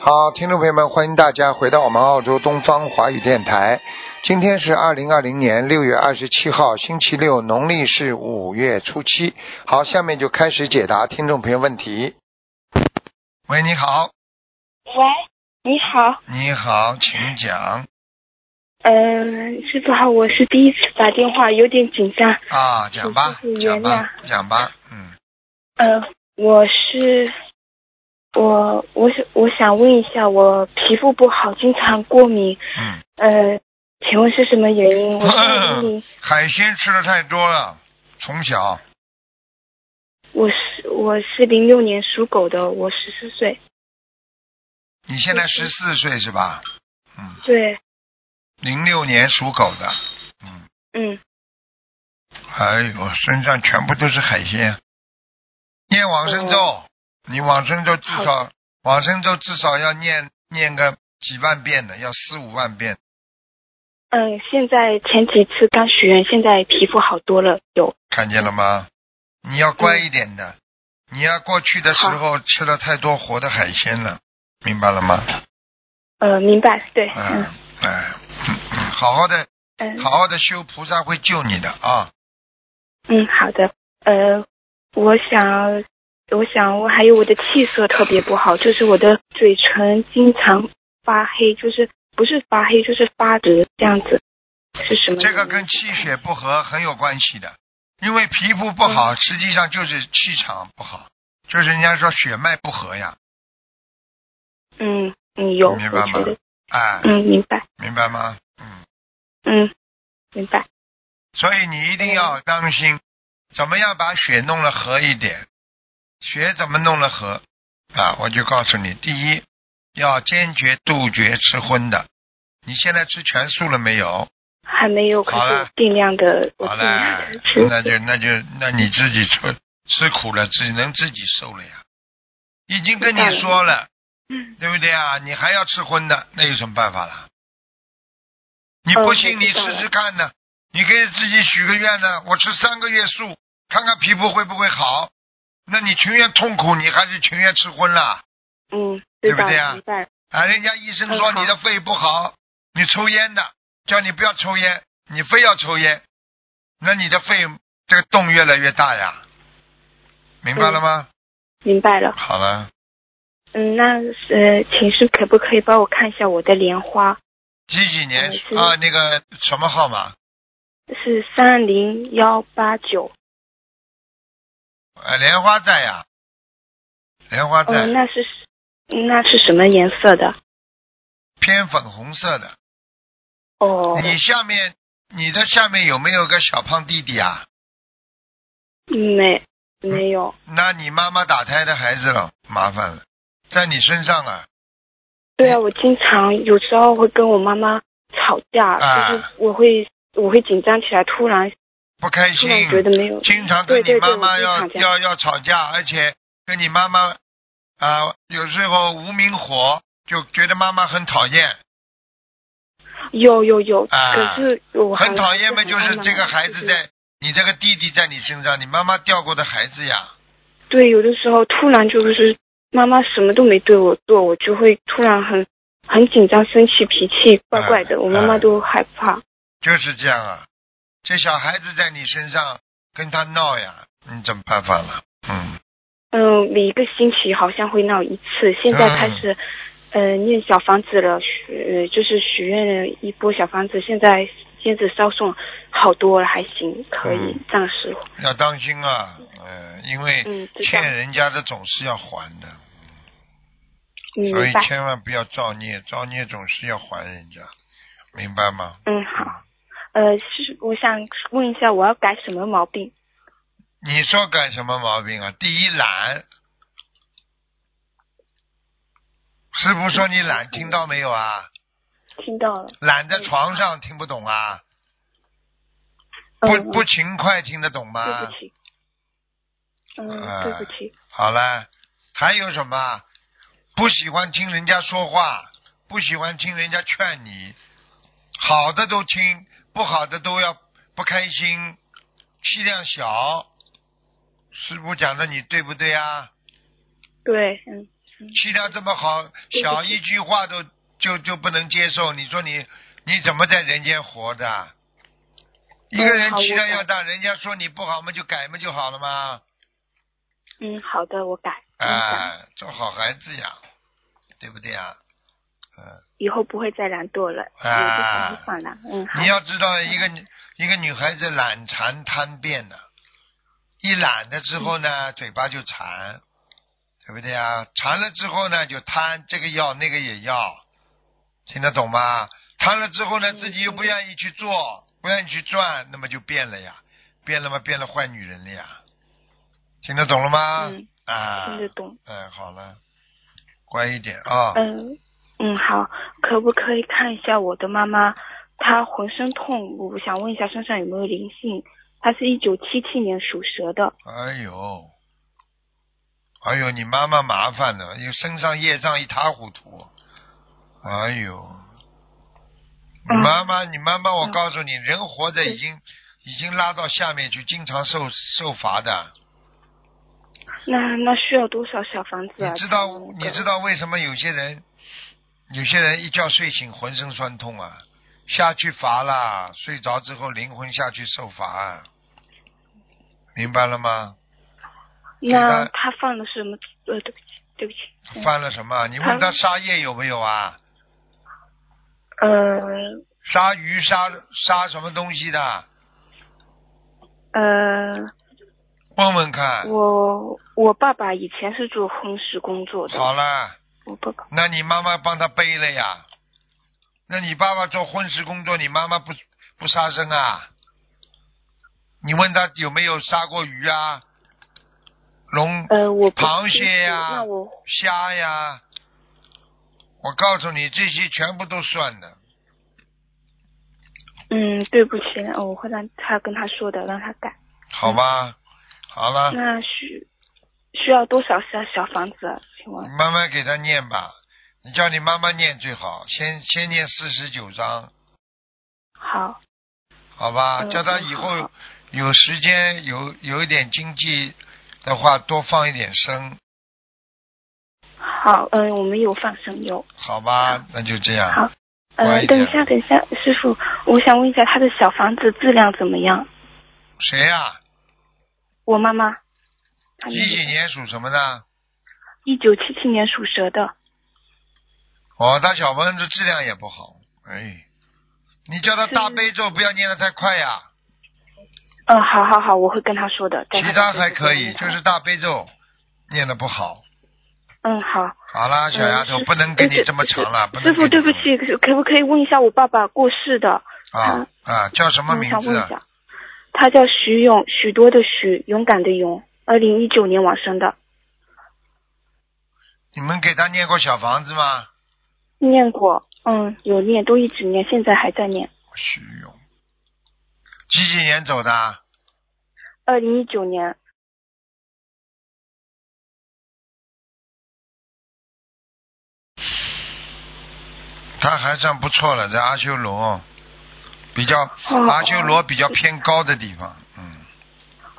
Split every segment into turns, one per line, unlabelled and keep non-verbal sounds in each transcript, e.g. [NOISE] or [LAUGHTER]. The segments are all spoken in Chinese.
好，听众朋友们，欢迎大家回到我们澳洲东方华语电台。今天是二零二零年六月二十七号，星期六，农历是五月初七。好，下面就开始解答听众朋友问题。喂，你好，
喂，你好，
你好，请讲
嗯、师傅好，我是第一次打电话，有点紧张。
啊，讲吧
请，
讲
原
吧，讲吧，嗯，
呃，我是我我想我想问一下，我皮肤不好，经常过敏，
嗯，
呃，请问是什么原因？我是零零，
海鲜吃的太多了，从小
我是我是零六年属狗的，我十四岁，
你现在十四岁是吧？嗯，
对，
零六年属狗的，嗯，
嗯，
哎呦，身上全部都是海鲜。念往生咒，你往生咒至少往生咒至少要念念个几万遍的，要四五万遍。
嗯、现在前几次刚许愿，现在皮肤好多了，有，
看见了吗？你要乖一点的，你要过去的时候吃了太多活的海鲜了，明白了吗？
呃，明白，对，
嗯
嗯，
哎，嗯嗯好好的，
嗯。
好好的修，菩萨会救你的啊。
嗯，好的。呃，我想，我想，我还有我的气色特别不好，就是我的嘴唇经常发黑，就是不是发黑就是发直这样子，是什么原因？
这个跟气血不和很有关系的，因为皮肤不好，
嗯
实际上就是气场不好，就是人家说血脉不和呀，
嗯嗯有，
明
我
白
觉
吗
得？
哎，
嗯明白
明白吗？嗯，
嗯明白
所以你一
嗯
定要当心，怎么样把血弄了和一点，血怎么弄了和啊？我就告诉你，第一，要坚决杜绝吃荤的。你现在吃全素了没有？
还没有，可
好
是
了
我尽量的，我
好
[LAUGHS] 尽量
了
的，吃。
那就那就那你自己吃吃苦了，只能自己受了呀。已经跟你说了，
嗯
对不对啊？你还要吃荤的，那有什么办法啦？你
哦
不
我
信，
知
你
道
试
了
试看呢。你给自己许个愿呢，我吃三个月素，看看皮肤会不会好。那你情愿痛苦，你还是情愿吃荤啦？
嗯，
对
知
不
道
对
了
啊
明白了。
啊，人家医生说
嗯好
你的肺不好，你抽烟的，叫你不要抽烟，你非要抽烟，那你的肺这个洞越来越大呀，明白了吗？
明白了，
好了，
嗯，那呃，请示可不可以帮我看一下我的莲花
几几年、
嗯是
啊？那个什么号码？
是三零幺八九，
呃，莲花在呀，莲花在，
哦，那是嗯那是什么颜色的？
偏粉红色的。
哦，
你下面，你的下面有没有个小胖弟弟啊？
嗯没没有，
那你妈妈打胎的孩子了，麻烦了，在你身上啊。
对
嗯
啊，我经常有时候会跟我妈妈吵架，
啊
就是我会我会紧张起来，突然
不开
突
心，
然觉得没有，
经常跟你
对对对
妈妈要
我经常这样
要要吵架，而且跟你妈妈啊、有时候无名火，就觉得妈妈很讨厌，
有有有，
啊
可是我还
很讨厌嘛，
还
就是
很爱
这个
妈妈
孩子。在你这个弟弟在你身上，你妈妈掉过的孩子呀，
对，有的时候突然就是妈妈什么都没对我做，我就会突然很很紧张、生气、脾气怪怪的，
啊
我妈妈
啊
都害怕。
就是这样啊，这小孩子在你身上跟他闹呀，你怎么办法了？嗯，
嗯，每一个星期好像会闹一次。现
啊
在开始，呃，念小房子了，许、呃、就是许愿了一波小房子，现在先是烧送好多了，还行，可以、
嗯
暂时。
要当心啊，嗯，因为
嗯，知道，
欠人家的总是要还的，
明
所以
白。
千万不要造孽，造孽总是要还人家，明白吗？
嗯，好。呃，是我想问一下，我要改什么毛病？
[LAUGHS] 你说改什么毛病啊？第一懒，师傅说你懒，听到没有啊？
听到了。
懒在床上听不懂啊？
嗯
不不勤快听得懂
嗯对
吗
嗯不？起。嗯，
啊
对不起。
好了，还有什么？不喜欢听人家说话，不喜欢听人家劝你，好的都听，不好的都要不开心，气量小。师傅讲的你对不对啊？
对，嗯，
气量这么好，小一句话都就就不能接受，你说你你怎么在人间活的？一个人
嗯好
气
我
量要
懂
大，人家说你不好嘛，就改嘛就好了嘛。
嗯，好的，我改。嗯改
哎，做好孩子呀，对不对啊呀？嗯，
以后不会再懒惰了，
啊
也不想了。嗯，好
你。要知道，一个女一个女孩子懒馋贪便的，一懒了之后
嗯
呢，嘴巴就馋，对不对呀？馋了之后呢，就贪这个要那个也要，听得懂吗？贪了之后呢，
嗯
自己又不
嗯
愿意去做，不愿意去赚，那么就变了呀，变了嘛，变了坏女人了呀，听得懂了吗？
嗯，
啊，
听得懂。
哎，好了，乖一点啊。
嗯嗯，好，可不可以看一下我的妈妈？她浑身痛，我想问一下身上有没有灵性？她是一九七七年属蛇的，
哎呦，哎呦，你妈妈麻烦了，又身上业障一塌糊涂。哎呦，
啊
你
嗯
妈妈，你妈妈，我
嗯
告诉你，人活着
对
已经已经拉到下面去，经常受受罚的。
那那需要多少小房子
你
啊？
知道
才能
你
够
知道为什么有些人有些人一觉睡醒浑身酸痛啊？下去罚啦，睡着之后灵魂下去受罚啊，明白了吗？
那
对
她犯了什么？呃，对不起，对不起。
犯了什么？你问他杀业有没有啊？
呃
杀鱼杀杀什么东西的？
呃，
问问看。
我我爸爸以前是做婚食工作的，
好了，
我爸爸
那你妈妈帮他背了呀？那你爸爸做婚食工作，你妈妈不不杀生啊？你问他有没有杀过鱼啊？龙、
呃，我不
螃
清
蟹
楚
呀
那我
虾呀？我告诉你，这些全部都算的。
嗯，对不起，呃我会让他跟他说的，让他改。
好吧？好了，
那需需要多少小小房子啊？请问
你？慢慢给他念吧。你叫你妈妈念最好，先先念四十九章。
好，
好吧，
嗯
叫他
嗯
以
好
后
好
有时间有有一点经济的话，多放一点生，
好，嗯，我们有放生有。
好吧？那就这样。
好
啊乖
呃
一，
等一
点
下，等一下，师傅，我想问一下他的小房子质量怎么样？
谁呀、
我妈妈，她
几几年属什么的？
一九七七年属蛇的，
哦，他小蚊子质量也不好。哎，你叫他
是
大悲咒不要念得太快呀、
嗯，好好好，我会跟他说的。在
其
的
他
Facebook
还可以，
上
就是大悲咒念得不好。
嗯，好。
好啦，小丫头，
嗯
不能跟你
师
这么长了，不能
师
跟
傅，
你
对不
这么
起，可不可以问一下我爸爸过世的？
啊啊，叫什么
嗯我
名
想
字
问一
啊？
下，他叫徐勇，许多的许，勇敢的勇，二零一九年往生的，
你们给他念过小房子吗？
念过，嗯，有念，都一直念，现在还在念。
徐勇，几几年走的啊？
二零一九年，
他还算不错了，在阿修罗，比较、
哦
阿修罗比较偏高的地方，嗯，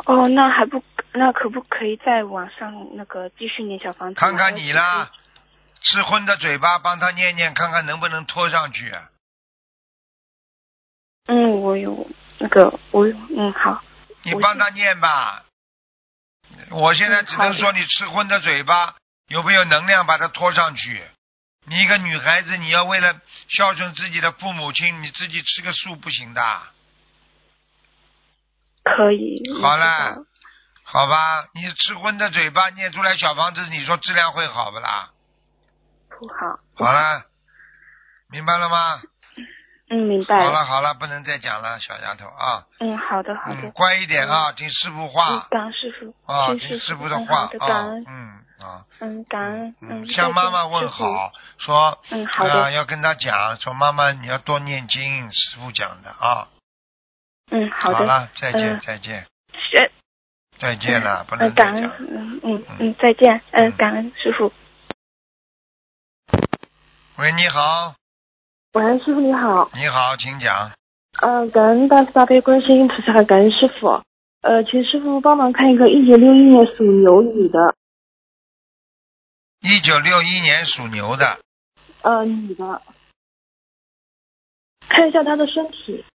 哦，那还不，那可不可以在网上那个继续念小房子？
看看你啦，，吃荤的嘴巴帮他念念，看看能不能拖上去。啊
嗯，我有那个，我有，嗯，好，
你帮他念吧，我现在只能
嗯
说你吃荤的嘴巴有没有能量把它拖上去。你一个女孩子，你要为了孝顺自己的父母亲，你自己吃个素不行的，
可以。嗯
好
了
啦，好吧？你吃荤的嘴巴念出来小房子，你说质量会好不啦？
不好，
好了，明白了吗？
嗯，明白
好了好了，不能再讲了，小丫头啊，
嗯，好的，好的。
嗯，乖一点啊，听师傅
嗯
话，
感恩师傅，
啊，
谢谢
听
师
师
傅
傅的
嗯
话
好的感
啊
恩，，
嗯啊，
嗯，感恩，嗯，
向
再
妈
见
妈问。
师傅
好，说
嗯，好的，
啊，要跟她讲，说妈妈你要多念经，师傅讲的啊，
嗯，好的，
了，再见
嗯
再见
是，
再见了，不
嗯，
能再
感
讲
恩
了，，
嗯嗯
嗯
嗯，再见，嗯
嗯，
感恩师傅。
喂，你好，
喂，师傅你好，
你好，请讲，
嗯、感恩大慈大悲观世音菩萨，感恩师傅，呃，请师傅帮忙看一个一九六一年属牛女的，
一九六一年属牛的，
呃，女的，看一下她的身体，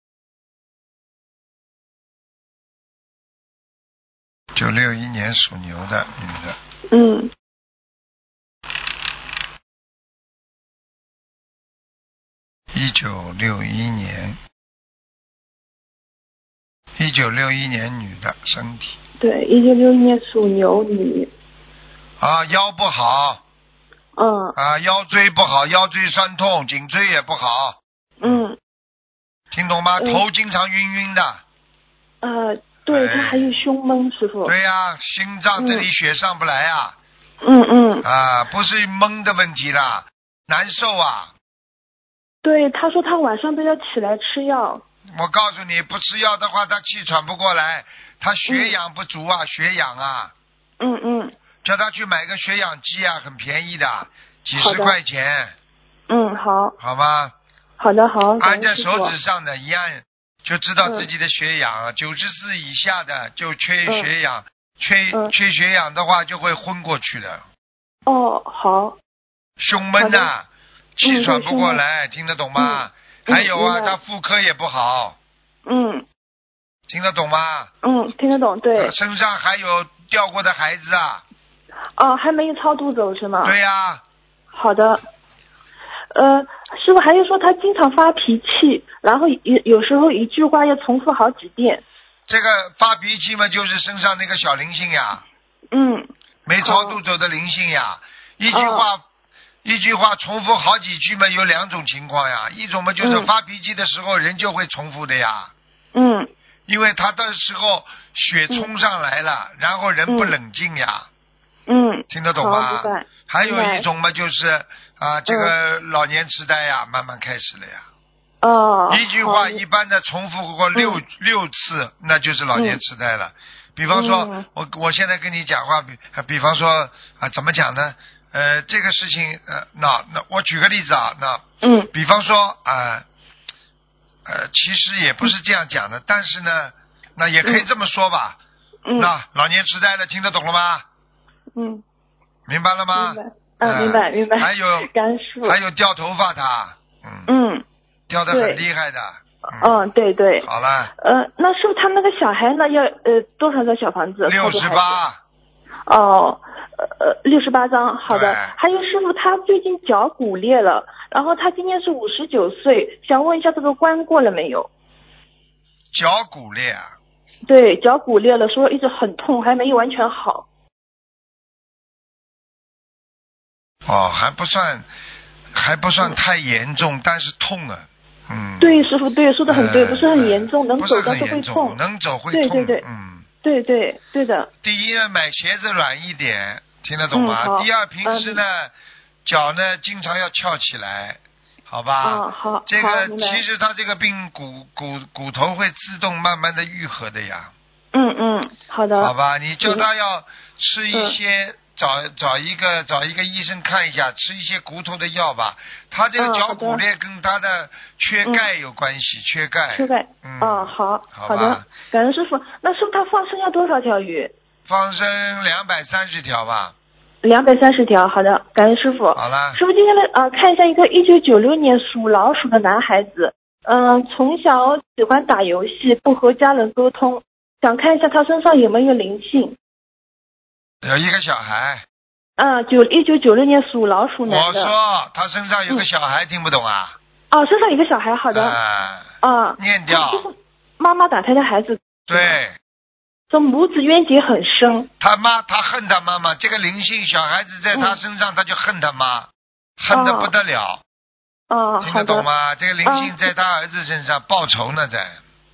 九六一年属牛的女的，
嗯，
一九六一年，一九六一年女的身体
对，一九六一年属牛女，
啊，腰不好
嗯
啊，腰椎不好，腰椎酸痛，颈椎也不好，
嗯
听懂吗？
嗯
头经常晕晕的，
呃，对，
哎
她还有胸闷，师傅，
对呀、心脏这里血上不来啊，
嗯嗯，
啊，不是闷的问题啦，难受啊！
对，她说她晚上都要起来吃药，
我告诉你，不吃药的话，他气喘不过来，他血氧不足啊，血氧啊。
嗯嗯
叫他去买个血氧机啊，很便宜的，几
好
十
的
块钱，
嗯，好，
好吗？
好的好，感
按在
恩师傅，
手指上的一按，就知道
嗯
自己的血氧。啊九十四以下的就缺
嗯
血氧，缺、
嗯
缺血氧的话就会昏过去的，
哦，好，
胸闷呐、气喘不过来，听得懂吗？
嗯
还有啊，
明白
他妇科也不好，
嗯
听得懂吗？
嗯，听得懂，对
他，身上还有掉过的孩子啊，
哦，还没有超度走是吗？
对呀、
好的。呃，师傅还有说他经常发脾气，然后有有时候一句话要重复好几遍。
这个发脾气嘛，就是身上那个小灵性呀、
嗯，
没超度走的灵性呀，一句话、
哦
一句话重复好几句嘛，有两种情况呀，一种嘛就是
嗯
发脾气的时候人就会重复的呀，
嗯，
因为他到时候血冲上来了，然后人不冷静呀，
嗯，
听得懂
好，
吗
明？白。嗯
还有
明白
一种嘛就是啊，这个老年痴呆呀，慢慢开始了呀，
哦，
一句话
好嗯
一般的重复过六、六次，那就是老年痴呆了。比方说，
嗯
我我现在跟你讲话，比比方说啊，怎么讲呢？呃，这个事情，呃，那那我举个例子啊，那
嗯
比方说啊、呃，其实也不是这样讲的，但是呢，那也可以这么说吧。
嗯
那老年痴呆了，听得懂了吗？
嗯，
明白了吗
明？白。啊，明白明白。
嗯还有
感恩师傅。
还有掉头发的，嗯，
嗯
掉的
对
很厉害的。嗯，
嗯，对对。
好了，
呃，那师傅他们那个小孩呢，要呃多少张小房子？
六十。八。
哦，呃呃，六十八张，好的
对。
还有师傅，他最近脚骨裂了，然后他今年是五十九岁，想问一下这个关过了没有？
脚骨裂啊，
对，脚骨裂了，说一直很痛，还没有完全好。
哦，还不算，还不算太严重，但是痛啊，嗯，
嗯对，师傅，对，说的很对，
呃
不是很严重，能
不
走
是
但
很
是会
严
痛
重，。能走会
对
痛，
对对
嗯，
对对对的，
第一呢，买鞋子软一点，听得懂吗？
嗯好
第二，平时呢，脚呢经常要翘起来，好吧？
啊，好，
这
好，
个
明白
其。实他这个病骨骨骨头会自动慢慢的愈合的呀，
嗯嗯，好的。
好吧？你叫
嗯
他要吃一些、找找一个找一个医生看一下，吃一些骨头的药吧。他这个
嗯
脚
好的
骨裂跟他的缺钙有关系，缺钙。
修改。
嗯
啊，好，
好
好的
吧，
感恩师傅。那师傅他放生要多少条鱼？
放生两百三十条吧。
两百三十条，好的，感恩师傅。
好了，
师傅，接下来啊、呃看一下一个一九九六年属老鼠的男孩子，嗯、从小喜欢打游戏，不和家人沟通，想看一下他身上有没有灵性。
有一个小孩，
啊、九一九九六年属老鼠
我
男的，
说他身上有个
嗯
小孩，听不懂啊？
啊，身上有个小孩，好的，啊、
啊，念
他 [LAUGHS]
掉
就。是妈妈打胎的孩子，
对
这母子冤结很深，
他妈，他恨他妈妈。这个灵性小孩子在他
嗯
身上，他就恨他妈，恨的不得了。
啊、
听
好
得
的
懂，吗？这个灵性
嗯
在他儿子身上报仇呢，在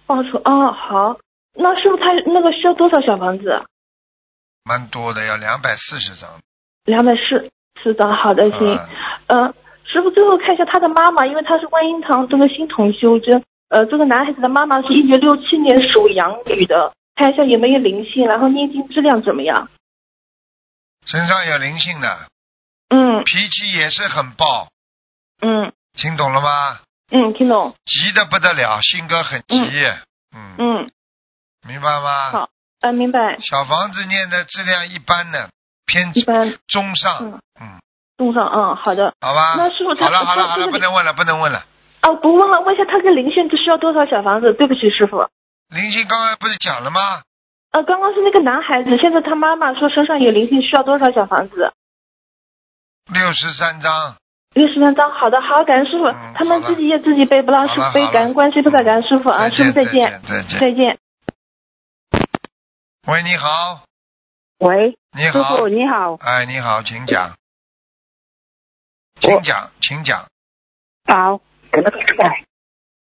报仇，啊，好，那师傅他那个需要多少小房子？
蛮多的，要两百四十张。
两百四四张，好的，行。
啊
呃，师傅最后看一下他的妈妈，因为他是观音堂这个新同修这呃，这个男孩子的妈妈是一九六七年属羊女的，看一下有没有灵性，然后念经质量怎么样？
身上有灵性的，
嗯
脾气也是很暴，
嗯
听懂了吗？
嗯，听懂？
急的不得了，性格很急。嗯，
嗯，
明白吗？
好呃，明白。
小房子念的质量一般的，偏
一般，
中上。
嗯
嗯，
送上，嗯，好的。
好吧？
那师傅他
啊好了好了
他
好了，
这个
不能问了不能问了。
哦，不问了，问一下他跟灵性需要多少小房子？对不起，师傅。
林星刚刚不是讲了吗？
呃，刚刚是那个男孩子，现在他妈妈说身上有灵性，需要多少小房子？
六十三章。
六十三张，好的，好，感恩师傅，
嗯
他们自己业自己背，不让师
好了
傅背
好，了嗯
感恩关系，不敢感恩师傅啊，师傅
再
再
见
见，
再见。
再见。
喂，你好，
喂，
你
师
好
傅，你好
哎，你好，请讲，请讲，请讲。
好，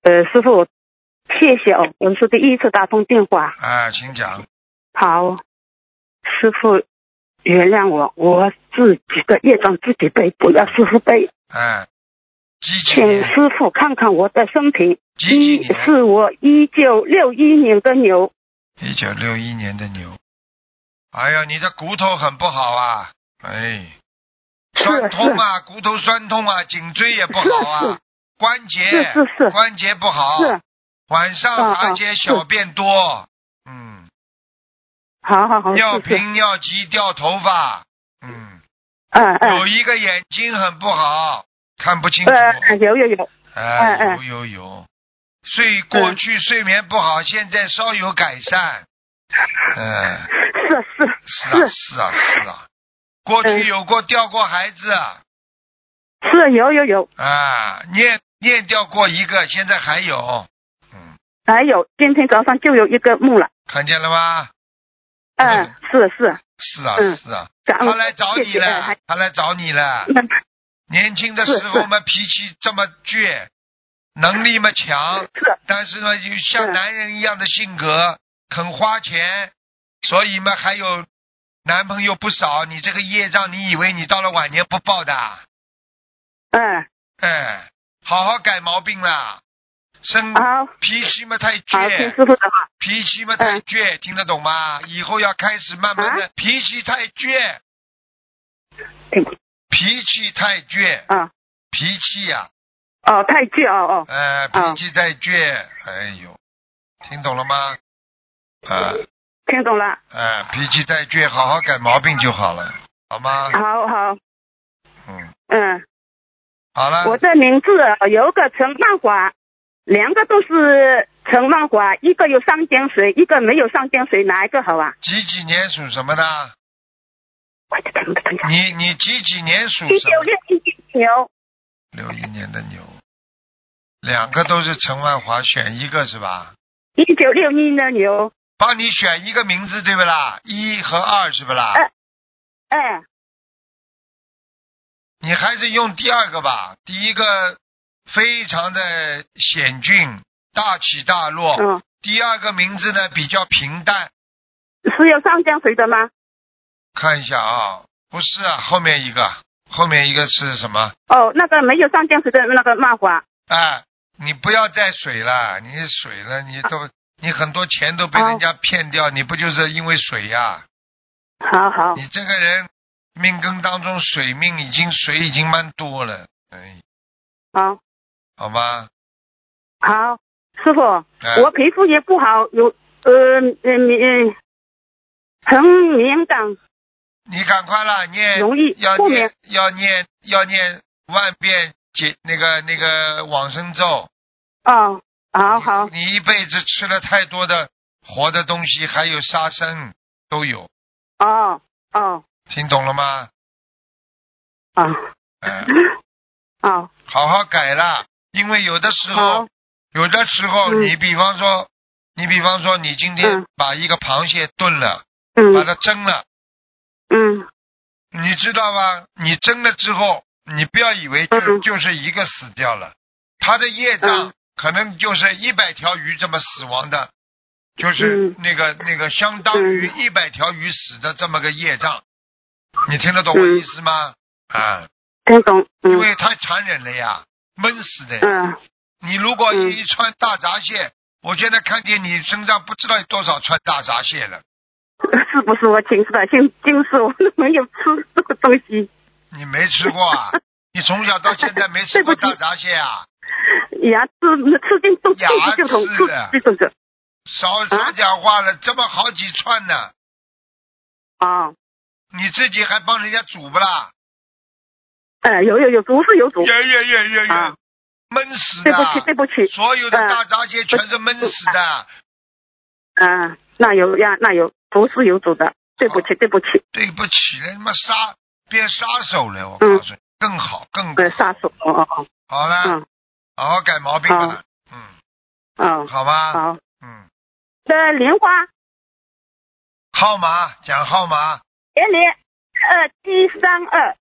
呃，师傅，谢谢哦，我是第一次打通电话。
哎，请讲。
好，师傅，原谅我，我自己的业障自己背，不要师傅背，
哎，几几
请
年？
师傅看看我的身体。
几几
一
年？
是我一九六一年的牛，
一九六一年的牛。哎呀，你的骨头很不好啊！哎，
是
酸痛啊，骨头酸痛啊，颈椎也不好
是
啊
是，
关节
是是是
关节不好，
是，
晚上
嗯
而
嗯
且
是
小便多，嗯，
好好好，
尿
谢谢，
频尿急掉头发，嗯。
嗯嗯
有一个眼睛很不好，看不清楚。
呃，有有有，
哎、
嗯嗯
有有有，睡过去睡眠不好，现在稍有改善。嗯，
是是
是啊是啊是啊，过去
嗯
有过掉过孩子
是有有有，
啊，念念掉过一个，现在还有。嗯，
还有今天早上就有一个梦了，
看见了吗？
嗯，是是，
是啊
嗯
是啊，
感
他
恩
来找
谢
你
谢哎
了
还，
他来找你了。
那
年轻的时
是
候
是
嘛，脾气这么倔，能力嘛强，
是
但是呢，有像
是
男人一样的性格，肯花钱，所以嘛，还有男朋友不少。你这个业障，你以为你到了晚年不报的啊？
嗯，
哎，好好改毛病啦。生
好，
脾气嘛太
好，啊听嗯
倔，
师傅的话，
脾气嘛太倔，听得懂吗？以后要开始慢慢的，脾气太倔，
啊听，
脾气太倔，
啊，
脾气呀、
哦，太倔哦哦，
哎，
啊
脾气太倔，哎呦，听懂了吗？啊，
听懂了，
哎，脾气太倔，好好改毛病就好了，好吗？
好好，
嗯，
嗯，
好
我
了，
的名字有个陈万华，两个都是陈万华，一个有上江水，一个没有上江水，哪一个好啊？
几几年属什么的？
快点，等一下，等一下，
你你几几年属
一
什
九
么？
六一牛，
六一年的牛，两个都是陈万华，选一个是吧？
一九六一的牛，
帮你选一个名字对不啦？一和二是不啦？
哎哎，
你还是用第二个吧，第一个非常的险峻，大起大落。
嗯，
第二个名字呢比较平淡，
是有上江水的吗？
看一下啊，不是啊，后面一个，后面一个是什么？
哦，那个没有上江水的那个漫画，
哎，你不要再水了，你水了，你都你很多钱都被
哦
人家骗掉，你不就是因为水呀、
好好，
你这个人命根当中水命已经水已经蛮多了，哎，
好，
嗯好吧，
好，师傅，
哎，
我皮肤也不好，有呃呃敏、很敏感，
你赶快啦，念
容易
嗯要
过
念
敏。
要念要念万遍解那个那个往生咒。
哦，好
你
好，
你一辈子吃了太多的活的东西，还有杀生都有，
哦哦
听懂了吗？
哦
哎，
哦，
好好改啦，因为有的时候
好，，
有的时候，
嗯
你比方说，你比方说，你今天
嗯
把一个螃蟹炖了，把
嗯
它蒸了，
嗯
你知道吧？你蒸了之后，你不要以为就、
嗯
就是一个死掉了，它的业障、
嗯
可能就是一百条鱼这么死亡的，就是
嗯
那个、那个相当于一百条鱼死的这么个业障，你听得懂我
嗯
意思吗？啊，
听懂，
因
嗯
为太残忍了呀，闷死的呀。
嗯
你如果
嗯
一穿大闸蟹，我现在看见你身上不知道有多少穿大闸蟹了，
是不是我请示的？请就是我都没有吃这个东西，
你没吃过
[LAUGHS]
啊？你从小到现在没吃
对
过
不
大
起
闸蟹啊？
牙齿吃进肚进
牙
去就痛，
齿
吃
啊
就痛着，
少
啊
少讲话了，这么好几串呢，
哦，
你自己还帮人家煮不啦？
嗯，有有有主是有主
越越越越越
啊，
闷死
对
的
不，起对不起，
所有的
嗯
大闸蟹全是闷死的。
嗯，那有呀那有主是有主的，对不起对不起，
对不起了，他妈杀变杀手了，我告诉你，更好更
嗯，杀手，哦哦哦，
好了
嗯，
好好改毛病吧
好，
嗯，
嗯，
好吧，
好，
嗯，
那莲花
号码讲号码
连连二呃七三二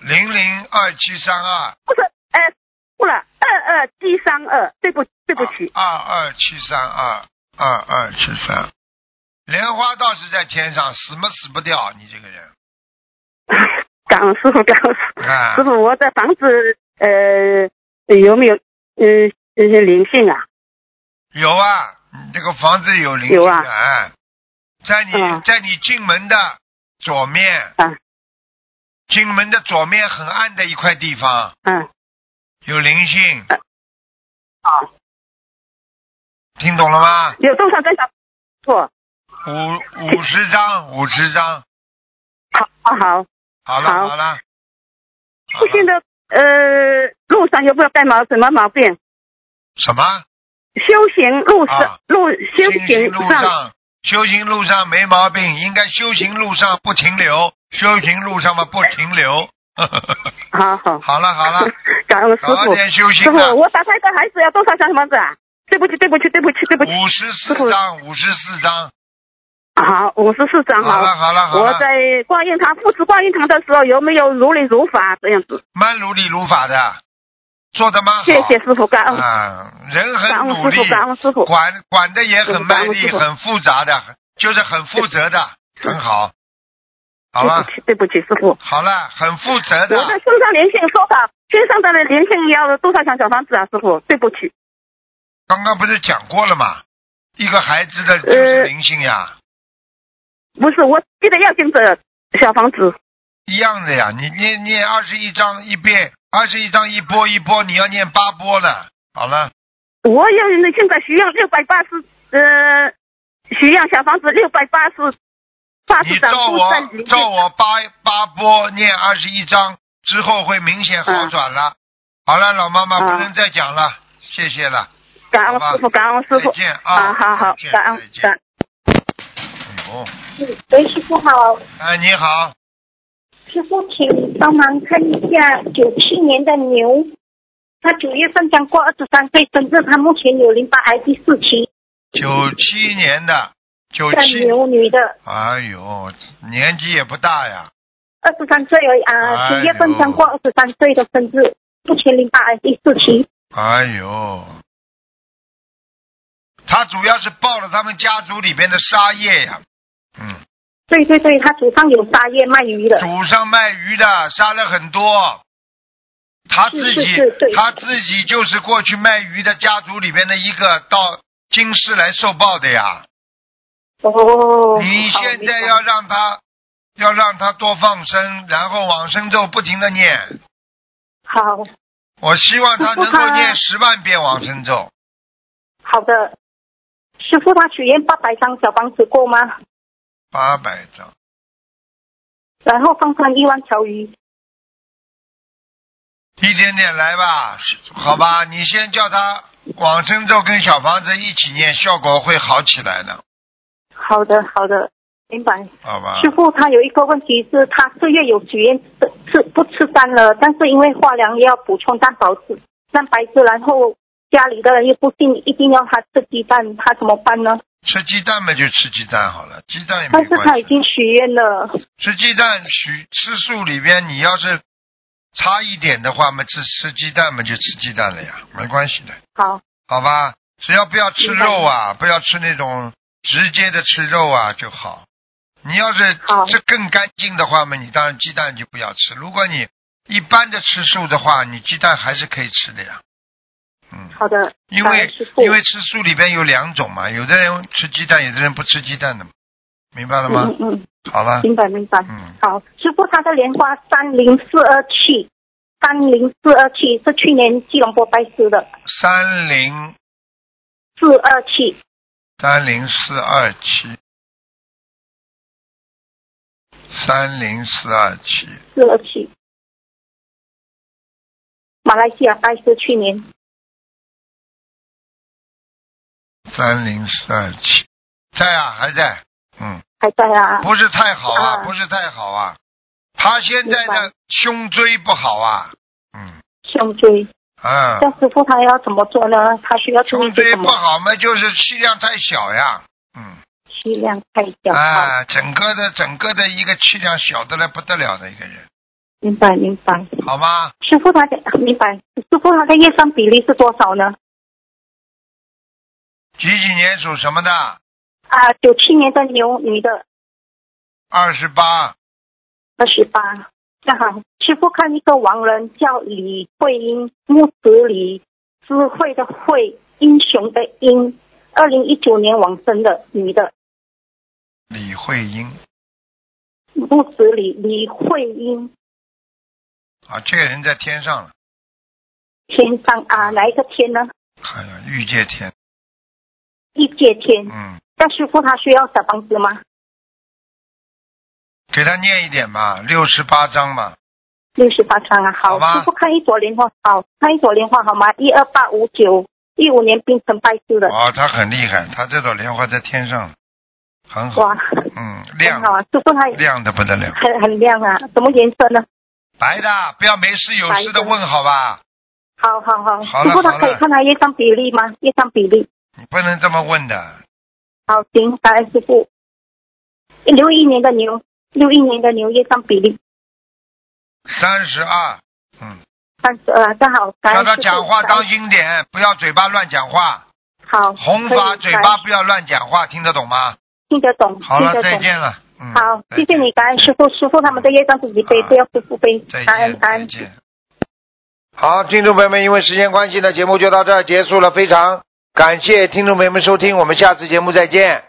零零二七三二
不是呃不了二二七三二，对不对不起， [LAUGHS]
二二七三二二二七三，莲花倒是在天上，死么死不掉，你这个人
感恩师傅感恩师傅。
啊
师，傅，我的房子呃有没有嗯这些灵性啊？
有啊，你这个房子有灵
有
性
啊
的，哎在你、
嗯
在你进门的左面，
嗯
进门的左面很暗的一块地方
嗯，呃
有灵性，
哦，
听懂了吗？
有多少张小错？
五五十张，五十张，
好，好，好。
好了
好
好了，好
附近
了
的呃路上有没有带毛什么毛病？
什么？
修行路上、
啊
路修行
路上，修行路上没毛病，应该修行路上不停留，修行路上嘛不停留。 [LAUGHS]
好好。
好了
[LAUGHS]
好了，
感恩师
早
傅。
点啊休息
师
吧
傅，。我打胎的孩子要多少张小房子啊？对不起，对不起，对不起，对不起。
五十
师
四
傅
张，五十四张。
好，五十四张
嗯好了好了好
我
了，
在观音堂复制观音堂的时候，有没有如理如法这样子？
蛮如理如法的，做的蛮好。
谢谢师傅，感恩、
啊，人
感
很
恩
努
师傅，
力，
感恩师傅。
管管的也很卖力，
师傅
很复杂的，就是很负责的，很好。好
对
吧
不，起，对不起，师傅。
好了，很负责
我
的，
的身上灵性多少？身上的灵性要多少张小房子啊，师傅？对不起，
刚刚不是讲过了吗？一个孩子
呃
的就是灵性呀，
不是，我记得要进的小房子。
一样的呀。你念念二十一章一遍，二十一章一波一波，你要念八波呢。好了，
我要你现在需要六百八十，呃，需要小房子六百八十，八
你
十张
照我
不算灵
照
性。
我八八波念二十一章之后会明显好转了。好了，老妈妈
嗯
不能再讲了，谢谢了，
感恩师傅，感恩师
再
傅。
见啊，
啊，好好
再见，
感恩
再见
感。恩。
哦，
喂，师傅好，
哎，你好，
师傅，请帮忙看一下九七年的牛，他九月份刚过二十三岁生日，他目前有淋巴癌第四期
九七年的九
的
七，
牛女的，
哎呦，年纪也不大呀，
二十三岁而已
呃
啊，
哎呦
九月份刚过二十三岁的生日，目前淋巴癌第四期。
哎呦，他主要是报了他们家族里边的杀业呀，嗯，
对对对，他祖上有沙叶卖鱼的，
祖上卖鱼的杀了很多，他自己
是是对
他自己就是过去卖鱼的家族里边的一个到京师来受报的呀，
哦，
你
好
现
明白
在要让他，要让他多放生，然后往生咒不停的念。
好
我希望他
不
能
不
够
他
念十万遍往生咒，
好的，师傅他许愿八百张小房子够吗？
八百张。
然后放上一万条鱼，
一点点来吧，好吧，你先叫他往生咒跟小房子一起念，效果会好起来的，
好的好的，明白。
好吧？
师傅，他有一个问题是，他四月有许愿吃吃不吃蛋了，但是因为化疗要补充蛋白质，蛋白质，然后家里的人又不信，一定要他吃鸡蛋，他怎么办呢？
吃鸡蛋嘛，就吃鸡蛋好了，鸡蛋也
但
没
是他
关
已
系。
经许愿了，
吃鸡蛋，许吃素里边，你要是差一点的话嘛，吃吃鸡蛋嘛，就吃鸡蛋了呀，没关系的。
好，
好吧，只要不要吃肉啊，不要吃那种直接的吃肉啊就好。你要是
好
这更干净的话嘛，你当然鸡蛋就不要吃。如果你一般的吃素的话，你鸡蛋还是可以吃的呀。嗯，
好的，
因
感恩
为
师傅，
因为吃素里边有两种嘛，有的人吃鸡蛋，有的人不吃鸡蛋的嘛，明白了吗
嗯？嗯，
好了
嗯，明白明白。
嗯，
好，师傅，他的莲花三零四二七，三零四二七是去年吉隆坡拜师的
三零
四二七，
三零四二七，三零四二七，
四二七，马来西亚开始去年
三零四二七，在啊，还在，嗯，
还在啊，
不是太好啊，
啊
不是太好啊，他现在的
明
胸椎不好啊，嗯
胸椎。
啊，
像师傅他要怎么做呢？他需要注意
胸
些
椎
什
不
么？
好嘛，就是气量太小呀，嗯，
气量太小。好
啊，整个的整个的一个气量小的来不得了的一个人，
明白明白。
好吗？
师傅他的明白，师傅他的业障比例是多少呢？
几几年属什么的？
啊，九七年的牛女的
二十八，
二十八。那好，师傅看一个亡人叫李慧英，木子李，智慧的慧，英雄的英，二零一九年往生的女的，
李慧英
木子李李慧英，
啊，这个人在天上了，嗯
天上啊，哪一个天呢？
看一下欲界天，
一界天。
嗯，
那师傅他需要小房子吗？
给他念一点吧，六十八章嘛，
六十八张啊，
好
好，
吧
师傅看一朵莲花，好，看一朵莲花好吗？一二八五九，一五年冰城拜师的，
哦，他很厉害，他这朵莲花在天上，很好，
哇，
嗯，
很
亮
好啊，师傅他
亮的不得
[LAUGHS]
了，
很很亮啊，什么颜色呢？
白的，不要没事有事的
白的
问好吧，
好好好，
好
师
了
傅他
好
可以
了
看他业障比例吗？业障比例，
你不能这么问的，
好，行，感恩师傅。六一年的牛，六一年的牛业障比例
三十二，嗯，
三十二，正好，感
叫
恩师
他
傅。
讲话
感
当
恩
心点，不要嘴巴乱讲话，
好，
弘
可以
法嘴
感
巴
恩
不要乱讲话，听得懂吗？
听得懂，
好
听
了，
得
再
懂。
见了，嗯，
好，
再
谢谢
见
你，感恩师傅，师傅他们的业障自己背，
啊
不要师傅背，
再
感恩
见，
感
再
恩。
见。好，听众朋友们，因为时间关系呢，节目就到这儿结束了。非常感谢听众朋友们收听，我们下次节目再见。